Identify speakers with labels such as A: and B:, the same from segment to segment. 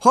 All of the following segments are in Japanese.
A: ホ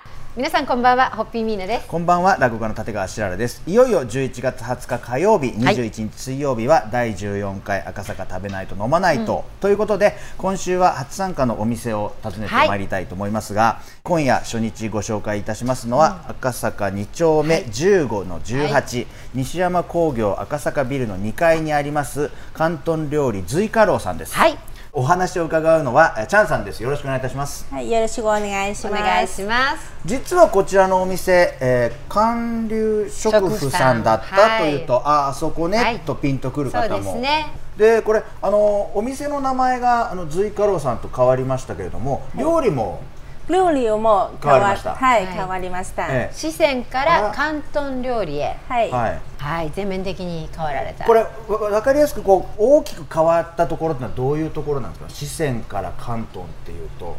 B: 皆さんこんばんは、ホッピーミーナです。
C: こんばんは落語家の立川しららですいよいよ11月20日火曜日
B: はい
C: 21日水曜日は第14回赤坂食べないと飲まないと、ということで今週は初参加のお店を訪ねて
B: はい
C: まいりたいと思いますが、今夜初日ご紹介いたしますのは、赤坂2丁目15の18、西山工業赤坂ビルの2階にあります広東料理随家楼さんです、
B: はい、
C: お話を伺うのはえチャンさんですよろしくお願いいたします
D: はい、よろしくお願いし
B: お
D: ます。
B: 願いします。
C: 実はこちらのお店、えー、韓流食婦さんだっ
B: 食婦さん
C: たというと、ああそこね、
B: はい
C: とピンとくる方
B: そう
C: も
B: ですね
C: でこれあのお店の名前があの随家楼さんと変わりましたけれども、料理も
D: 料理をもう
C: 変わりました
D: はい、
B: はい
D: 変わりました。
C: ええ
B: 四川から
C: あ
B: 広東料理へ、
D: はい、
C: はい
B: はい、全面的に変わられた。
C: これわわかりやすくこう大きく変わったところってのはどういうところなんですか四川から関東っていうと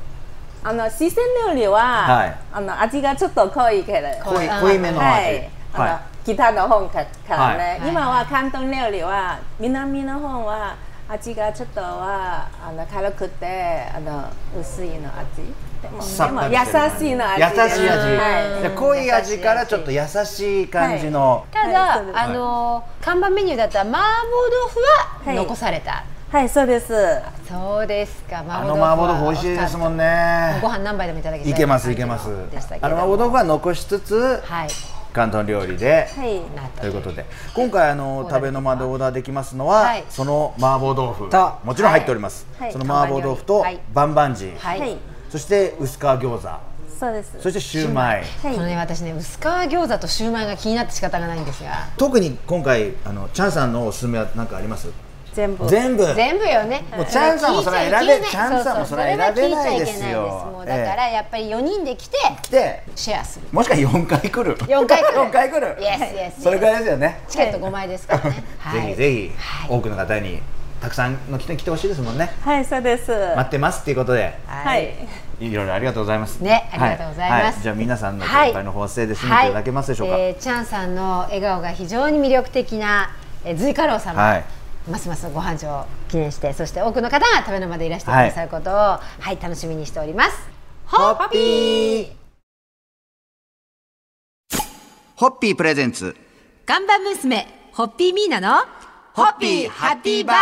D: あの四川料理は、
C: はい
D: あの味がちょっと濃いけど、
B: 濃
C: 濃い
B: あー
C: 濃いめの味
D: はい、あの、北の方かからね、
B: はい
D: 今は広東料理は南の方は味がちょっとはあの軽くてあの薄いの味。でも
C: さっぱり
D: で
C: してる
D: も
C: 感
D: 優
C: じ
D: しいの味
C: 優
D: です。
C: しい味、
D: はい
C: で濃い味からちょっと優しい感じの、
B: た
D: はい
B: だ、
D: そうです
B: あのー看板メニューだった麻婆豆腐は
D: はい
B: 残された、
D: はい、そうです。
B: そうですか麻
C: あの麻婆豆腐美味しい
B: は
C: ですもんね
B: ご飯何杯でもいただけちゃう
C: いけますいけます
B: 感じのでしたけれど
C: あの麻婆豆腐は残しつつ、
B: はい
C: 広東料理で、
D: はい、
B: なった
C: ということで今回あの
B: オーダー
C: 食べの間でオーダーできますのは、
B: はい
C: その麻婆豆腐
B: と
C: もちろん入っております、
D: はい
C: その麻婆豆腐と、
B: はい
C: バンバンジー、
B: はい、
D: はい
C: そして薄皮餃子
D: そうです。
C: そしてシューマイ
D: はい
B: このね私ね薄皮餃子とシューマイが気になって仕方がないんで すが
C: 特に今回あのチャンさんのおすすめは何かあります
D: 全部。
C: 全部
B: 全部よね
C: もうチャンさんもそれは選べチャンさんもそれは選べないですよ
B: それは聞いちゃいけないですもうだからやっぱり4人で来て
C: で
B: シェ アする
C: もしかして4回来る
B: 4回来る
C: 四回来る
B: Yes, yes,
C: それぐらいですよね
B: チケット5枚ですからね、はい、
C: ぜひぜひ、
B: はい
C: 多くの方にたくさんの人に来てほしいですもんね
D: はい、そうです。
C: 待ってますっていうことで
B: は
D: はいい、
C: いろいろありがとうございます
B: ねありがとうございます
C: ははじゃあ皆さんの
B: はい
C: 今回の放送で締めていただけますでしょうか、
B: はいえーチャンさんの笑顔が非常に魅力的な、えー、ズイカロウ様、
C: はい
B: ますますご繁盛を記念してそして多くの方が食べの間でいらしてくださることを、はい楽しみにしておりますホッピー
A: ホッピープレゼンツ。
B: ガンバ娘ホッピーミーナの
A: ホッピーハッピーバー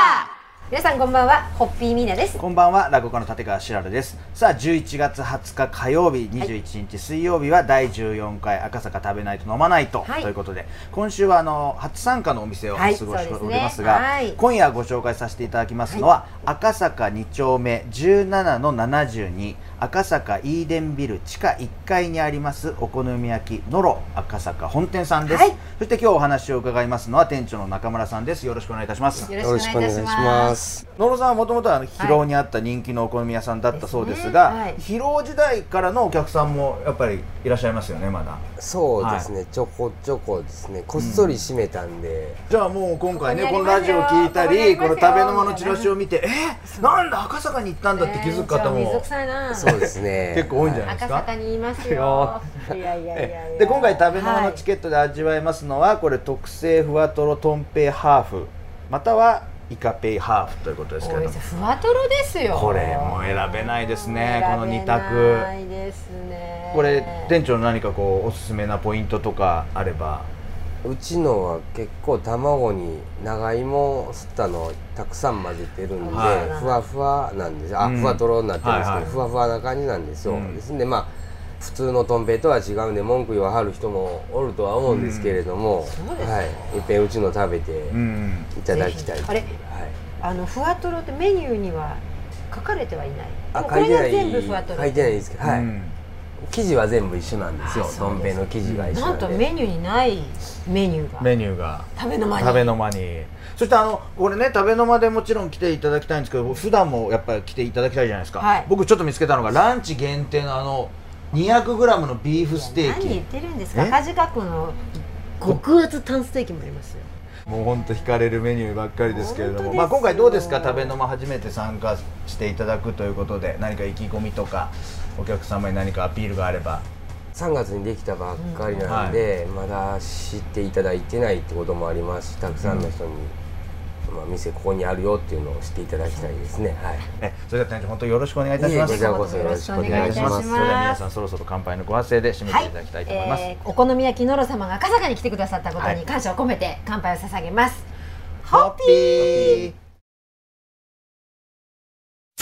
B: 皆さんこんばんはホッピーミーナです
C: こんばんは落語家の立川しらるですさあ11月20日火曜日21日水曜日は第14回赤坂食べないと飲まないと、
B: はい
C: ということで今週はあの初参加のお店を過
B: は
C: ご
B: い
C: して
B: そうですね
C: おりますが、
B: はい
C: 今夜ご紹介させていただきますのは、赤坂2丁目17の72赤坂イーデンビル地下1階にありますお好み焼きのろ赤坂本店さんです、
B: はい
C: そして今日お話を伺いますのは店長の中村さんですよろしくお願いいたします
B: よろしくお願いいたします
E: す。
C: 野呂さんはもともとはあの広尾にあった人気のお好み屋さんだったそうですが、
B: ですねはい
C: 広尾時代からのお客さんもやっぱりいらっしゃいますよねまだ
E: そうですね、ちょこちょこですね、こっそり閉めたんで、
C: じゃあもう今回ね
B: こ
C: こ
B: こに
C: の
B: あ
C: ラ
B: ります
C: ジ
B: よ
C: オ聞いたりこ
B: ここ
C: の
B: に
C: 食
B: ありますよ
C: べの間のチラシを見てえー、なんだ赤坂に行ったんだって気づく方
B: えーじゃあ水
C: も
B: 臭いな
E: そうです ね。
C: 結構多いんじゃないです
B: 赤
C: か
B: 坂にいますよいやいやいやいや
C: で今回食べ物
B: は
C: の
B: い
C: チケットで味わえますのは、これ特製ふわとろとんぺいハーフまたはイカペイハーフということですけれ
B: おい
C: ども
B: ふわとろですよ
C: これも選べないですねこの2
B: 選べ
C: 択
B: ないですね
C: これ店長の何かこうおすすめなポイントとかあれば
E: うちのは結構卵に長芋を吸ったのをたくさん混ぜてるんで、
C: は
E: ふわふわなんですあ、
C: うん
E: ふわとろになってるんですけど、
C: はいはい
E: ふわふわな感じなんですよ、
C: うん
E: ですんでまあ普通のとんべいとは違うんで文句言わはる人もおるとは思うんですけれども、
B: そうですね
E: はい、いっぺんうちの食べて
C: うん
E: いただきたい、
B: ぜひ
E: は
B: あ
E: い
B: れ、あのふわとろってメニューには書かれてはいない
E: あ
B: もうこ
E: 書い
B: れ
E: て
B: が
E: ない
B: 全部ふわとろ
E: 書いてないですけど、はい、
C: うん
E: 生地は全部一緒なんですよ
B: あそ
E: ど
B: うです
E: ん兵衛の生地が一緒
B: な
E: なんん
B: と
E: で
B: メニューにないメニューが
C: メニューが
B: 食べの前に
C: 食べの間にそしてあのこれね食べの間でもちろん来ていただきたいんですけど普段もやっぱり来ていただきたいじゃないですか、
B: はい
C: 僕ちょっと見つけたのがランチ限定のあの 200g のビーフステー
B: 何言っ
C: キ
B: てるんですか
C: え
B: 赤字覚の極厚タンステーキもありますよ
C: もうほんと惹かれるメニューばっかりですけれど
B: 本当
C: も、
B: ですよ
C: まあ、今回どうですか食べの間初めて参加していただくということで何か意気込みとかお客様に何かアピールがあれば
E: 3月にできたばっかりなんで、まだ知っていただいてないってこともありますしたくさんの人にまあ、店ここにあるよっていうのを知っていただきたいですね。はい。
C: えそれでは店長本当によろしくお願いいたします
E: いえいえこちらこそよろしくお願いします
B: よろくお願い
C: それ
B: いたし
C: では皆さんそろそろ乾杯のご発声で締め
B: は
C: ていただきたいと思います、
B: えーお好み焼きのろ様が赤坂に来てくださったこと
C: は
B: に
C: い
B: 感謝を込めて乾杯を捧げます、ホ
C: ホ
B: ッ
C: ッ
B: ピ
C: ピ
B: ー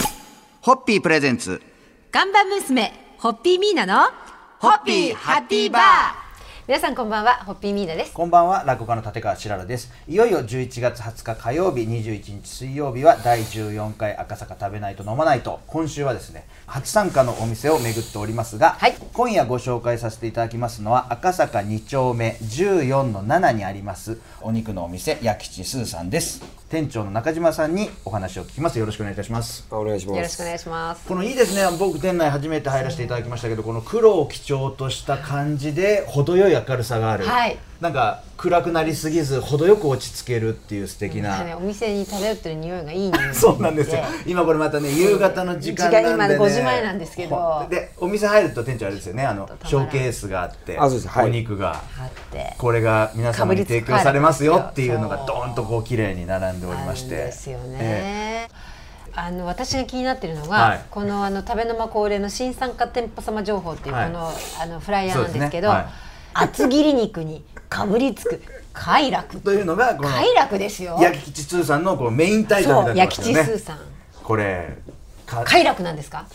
C: ー
A: ホッピープレゼンツ
B: ガンバ娘ホッピーミーナの
A: ホッピーハッピーバー
B: 皆さんこんばんはホッピーミーナです
C: こんばんは落語家の立川しららですいよいよ11月20日火曜日21日水曜日は第14回赤坂食べないと飲まないと今週はですね初参加のお店を巡っておりますが、
B: はい
C: 今夜ご紹介させていただきますのは赤坂2丁目14の7にありますお肉のお店やきちすーさんです店長の中島さんにお話を聞きますよろしくお願いいたします
E: お願いします。
B: よろしくお願いします
C: このいいですね僕店内初めて入らせていただきましたけどこの黒を基調とした感じで程よい明るさがある、
B: はい
C: なんか暗くなりすぎず程よく落ち着けるっていう素敵
B: なん
C: な、
B: かねお店に漂ってる匂いがいい匂いが
C: そうなんですよ今これまたね夕方の時間なんで、ね、
B: 時間今5時前なんですけど
C: ほんでお店入ると店長あれですよねあの
B: とたまらん
C: ショーケースがあって
E: あそうですはい
C: お肉が
B: あって
C: これが皆様に提供されますよっていうの
B: そ
C: が
B: う
C: ドーンとこう綺麗に並んでおりまして
B: あるんですよね、
C: ええ
B: あの私が気になってるのが、
C: はい
B: このあの食べの間恒例の新参加店舗様情報っていうこ
C: はい
B: の,、あのフライヤーなんですけど
C: そうですね
B: 厚切り肉にかぶりつく快楽
C: というのがこの
B: 快楽ですよ
C: 焼き吉通さんのこのメインタイトルに
B: そ
C: な
B: う
C: って
B: 焼
C: ま
B: き
C: す
B: ち
C: よね
B: すーさん
C: これか
B: 快楽なんですか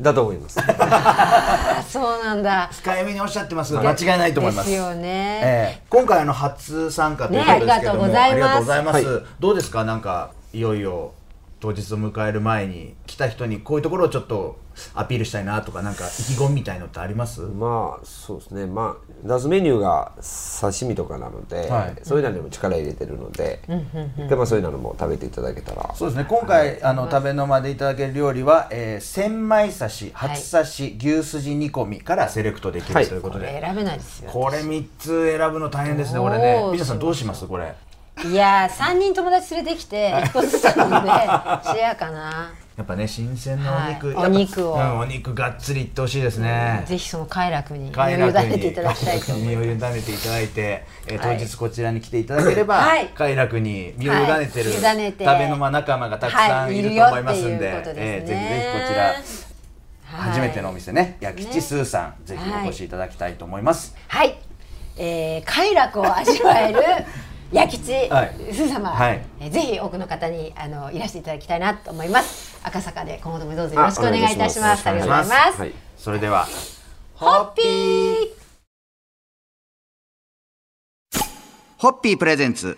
E: だと思います。
B: あそうなんだ
C: 控えめにおっしゃってますが間違いないと思います
B: ですよね、
C: ええ今回あの初参加ということですけども、
B: ねあ
C: あ
B: り
C: り
B: が
C: がとうご
B: とうござ
C: ざ
B: い
C: い
B: ま
C: ますす、どうですかなんかいよいよ当日を迎える前に来た人にこういうところをちょっとアピールしたいなとかなんか意気込みみたいのってあります
E: まあそうですねまあ出すメニューが刺身とかなので、
C: はい
E: そういうのにも力入れてるので、でまあそういうのも食べていただけたら
C: そうですね今回あの食べの間でいただける料理は、えー、千枚刺し初刺し、牛すじ煮込みからセレクトできる、
E: はい
C: ということ
B: これ
C: で
B: 選べないですよ
C: これ3つ選ぶの大変ですねこれね
B: どうしよう
C: 皆さんどうしますこれ
B: いやー3人友達連れてき て1個ずつ頼んでシェアかな
C: やっぱね新鮮なお肉、
B: はい
C: やっぱ
B: お肉を
C: うんお肉がっつりいってほしいですね、
B: ぜひその快楽に身を
C: 快
B: 委
C: 楽に
B: ねていただきたいと思い ます
C: 身を委ねていただいて、えー
B: はい
C: 当日こちらに来ていただければ、
B: はい
C: 快楽に身を委ねてる、
B: はい委ねて
C: 食べの間仲間がたくさ
B: は
C: ん
B: い
C: い
B: い
C: る
B: る
C: と
B: よ
C: 思いますんで,、
B: っていうことですね
C: えーぜひぜひこちら、
B: はい
C: 初めてのお店ねやきちすーさん、ぜひ
B: はい
C: お越しいただきたいと思います、
B: はい、えー、快楽を味わえる焼き地、
C: はい
B: すー様、
C: はい
B: えーぜひ多くの方にあのいらしていただきたいなと思います赤坂で今後ともどうぞよろしくお願いいたしますあ
E: あお
B: り
E: 願
B: がとうござ
E: いしま
B: い
E: す
B: ます、
E: はい
C: それでは
B: ホッピー
A: ホッピープレゼンツ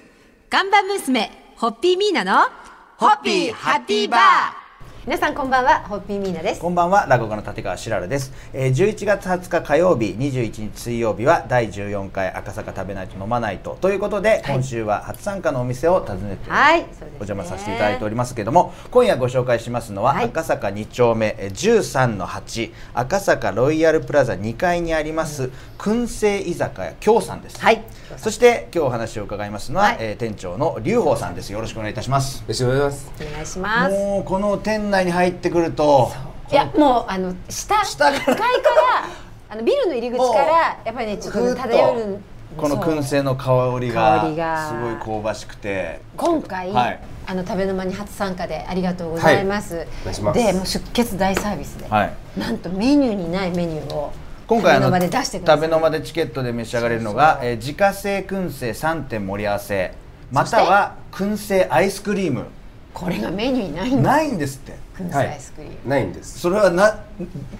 B: 看板娘ホッピーミーナの
A: ホッピーハッピーバー
B: 皆さんこんばんはホッピーミーナです
C: こんばんは、落語家の立川しららです。えー、11月20日火曜日、21日水曜日は第14回赤坂食べないと飲まないとということで、今週は初参加のお店を訪ねて、
B: はいそうですね
C: お邪魔させていただいておりますけども、今夜ご紹介しますのは、
B: はい
C: 赤坂2丁目えー13の8赤坂ロイヤルプラザ2階にあります、燻製居酒屋京さんです。
B: はい
C: そして今日お話を伺いますのは、
B: はい
C: えー店長の劉邦さんです。よろしくお願いいたします。
E: ろしくお願いします。
B: お願いします
C: もうこの店内に入ってくると。
B: いやもうあの下
C: 下から
B: 1階からあのビルの入り口からやっぱりねちょっとね
C: ふーっと
B: 漂る
C: この
B: そう
C: 燻製の香りが
B: 香りが
C: すごい香ばしくて
B: 今回、
C: はい
B: あの食べの間に初参加でありがとうございます。
E: お願いします
B: で、もう出血大サービスで、
C: はい
B: なんとメニューにないメニューを
C: 今回あ
B: 食
C: の
B: べの場で出してくださ
C: 食べの間
B: で
C: でチケットで召し上がれるのがえー自家製燻製3点盛り合わせまたは燻製アイスクリーム
B: これがメニューにないんだ。
C: ないんですって
B: 燻製アイスクリーム。
E: ないんです。
C: それはな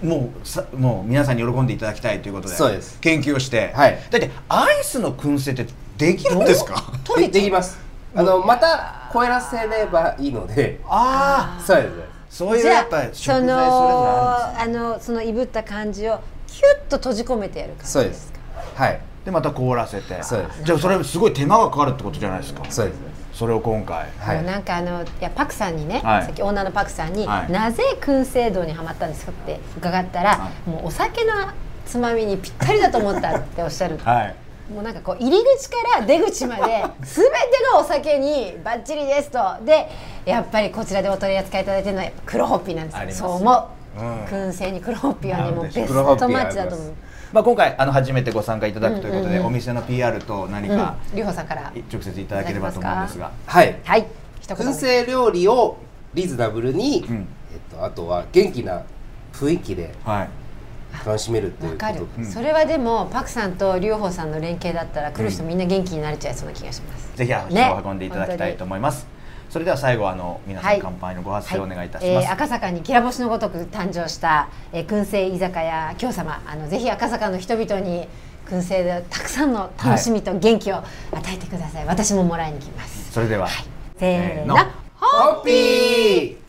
C: もうさもう皆さんに喜んでいただきたいということで
E: そうです
C: 研究をして、
E: はい
C: だってアイスの燻製ってできるんですか
E: でできます。あのまた超えらせればいいので、
C: ああ
E: そうですね。
C: そういう
B: じ
C: や
B: ゃ
C: っぱ
B: あ
C: り食材そ
B: そ
C: れ
B: の
C: ぞれあるんですね
B: あのそのいぶった感じをキュッと閉じ込めてやる感じ
E: そう
B: で
E: ですす
B: か。。
E: はい。
C: でまた凍らせて
E: そうです
C: じゃあそれすごい手間がかかるってことじゃないですか
E: そうですね。
C: それを今回
E: は
B: もう
E: い。
B: なんかあのいやパクさんにね、
C: はい
B: さっき女のパクさんに、
C: はい
B: なぜ燻製道にはまったんですかって伺ったら、
C: は
B: もうお酒のつまみにぴったりだと思ったっておっしゃる、
C: はい
B: もうなんかこう入り口から出口まで全てのお酒にバッチリですとでやっぱりこちらでお取り扱いいただいてるのはやっぱ黒ホッピーなんです
C: あります
B: そう思
C: う
B: う、
C: ん
B: 燻製に黒ホッピーはねもうベス
E: 黒ホッピ
B: ト
E: ー
B: マ
E: は
B: ッチだと思う
E: あり
C: まあ今回あの初めてご参加いただくということでお店の PR と何
B: うん
C: か
B: りょうさんから
C: 直接いただければと思うんですが
E: はい。
B: はいたことあ
F: 燻
B: る
F: 製料理をリーズナブルに、
C: ん
F: えっと、あとは元気な雰囲気で
C: はい
F: 楽しめるっていう
B: わ
F: こ
B: かる
F: と、
B: それはでもパクさんと劉邦さんの連携だったら来る人みんな元気になれちゃいそうな気がします、
C: ぜひ足
B: ね
C: を運んでいただきたいと思います、それでは最後あの皆さ
B: は
C: ん
B: い
C: 乾杯のご発声をお願いいたし
B: は
C: ま
B: え
C: す、
B: ー赤坂にきらぼしのごとく誕生した、えー、燻製居酒屋京様あのぜひ赤坂の人々に燻製でたくさんの楽しみと元気を与えてください、私ももらいに来ます
C: それでは、
B: せーの
C: せーの
F: ホッピー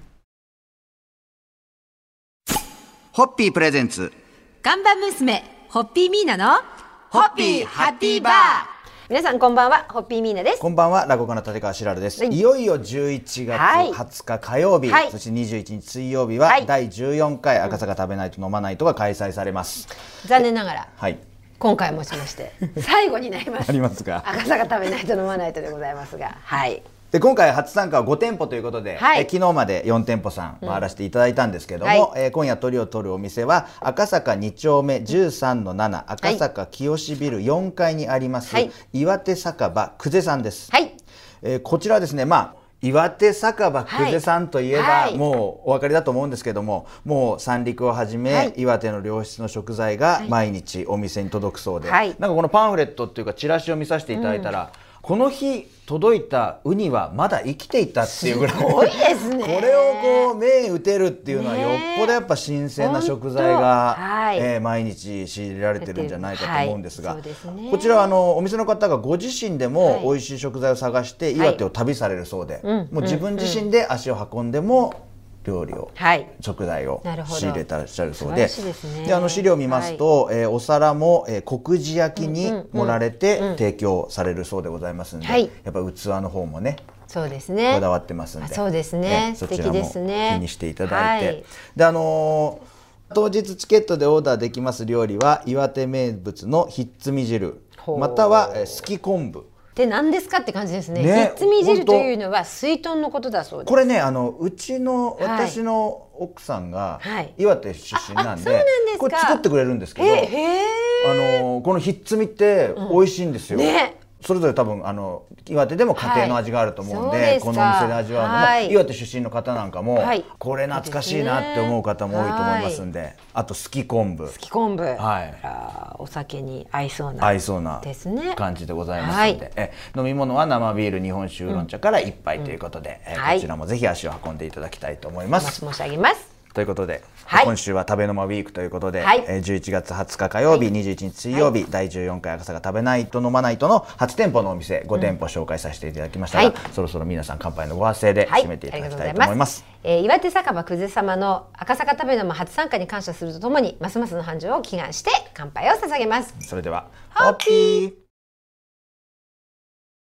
A: ホッピープレゼンツ
B: ガンバ娘ホッピーミーナの
A: ホッピーハッピーバー
B: 皆さんこんばんはホッピーミーナです
C: こんばんは、落語家の立川しらるです。
B: はい
C: いよいよ11月
B: はい
C: 20日火曜日、
B: はい
C: そして21日水曜日
B: は
C: は、
B: い
C: 第14回赤坂食べないと飲まないとが開催されます。
B: 残念ながら
C: はい。
B: 今回もしまして 最後になります
C: ありますか
B: 赤坂食べないと飲まないとでございますがはい
C: で今回初参加は5店舗ということで、
B: はい
C: え昨日まで4店舗さん回らせていただいたんですけども、
B: はい
C: えー今夜取りを取るお店は赤坂2丁目13の7赤坂清志ビル4階にあります、
B: はい
C: 岩手酒場久世さんです、
B: はい
C: えーこちらはですねまあ岩手酒場久世さんといえば、
B: はいはい
C: もうお分かりだと思うんですけどももう三陸をはじめ、
B: はい
C: 岩手の良質の食材が毎日お店に届くそうで、
B: はい
C: なんかこのパンフレットっていうかチラシを見させていただいたら、この日届いたウニはまだ生きていたっていうぐらい
B: 多いですね
C: これをこう目打てるっていうのは
B: ね
C: よっぽどやっぱ新鮮な食材
B: 本当は
C: が、
B: い
C: えー毎日仕入れられてるんじゃないかと思うんですが、
B: はいそうですね
C: こちらはあのお店の方がご自身で
B: は
C: も
B: い
C: 美味しい食材を探して
B: はい
C: 岩手を旅されるそうで、
B: ん
C: もう自分自身で足を運んでも料理を、
B: はい
C: 食材を
B: なるほど
C: 仕入れてらっしゃるそう
B: 素晴
C: で
B: らしいですね
C: あの資料を見ますと、えーお皿も、えー告示焼きに盛られて提供されるそうでございますので、
B: はい
C: やっぱ器の方もね
B: そうですね
C: こだわってますんで、
B: あそうですね
C: えそ
B: 素
C: ちら
B: 敵
C: も
B: ですね
C: 気にしていただいて、
B: はい
C: であのー当日チケットでオーダーできます料理は岩手名物のひっつみ汁
B: ほう
C: またはえーすき昆布
B: で何ですかって感じですね
C: ね
B: ひっつみ汁というのは水豚のことだそうです
C: これねあのうちの
B: はい
C: 私の奥さんが
B: はい
C: 岩手出身なんで,、
B: ああそうなんですか
C: これ作ってくれるんですけど、
B: えへえ
C: あのーこのひっつみって美味しいんですよ。
B: ね
C: それぞれ多分あの岩手でも家庭の味があると思うんで,、
B: はいそうですか
C: このお店で味わうのも、
B: はい
C: 岩手出身の方なんかも、
B: はい
C: これ懐かしいなって思う方も多いと思いますんであとすき昆布
B: き昆布、
C: はい
B: あーお酒に合いそうな
C: 合いそうな
B: ですね
C: 感じでございますので、
B: はい
C: え飲み物は生ビール日本酒ウーロン茶から一杯ということで、え
B: はい
C: こちらもぜひ足を運んでいただきたいと思いま。
B: ます申し上げます
C: ということで、
B: はい
C: 今週は食べのまウィークということで、
B: はい
C: えー11月20日火曜日、21日水曜日、第14回赤坂食べないと飲まないとの初店舗のお店5店舗紹介させていただきましたが、
B: はい
C: そろそろ皆さん乾杯のご発声で
B: はい、
C: 締めていただきたいと思います。
B: ありがとうございますえー岩手酒場久世様の赤坂食べのも初参加に感謝するとともにますますの繁盛を祈願して乾杯を捧げます
C: それでは、
B: ハッピー
C: ハッピー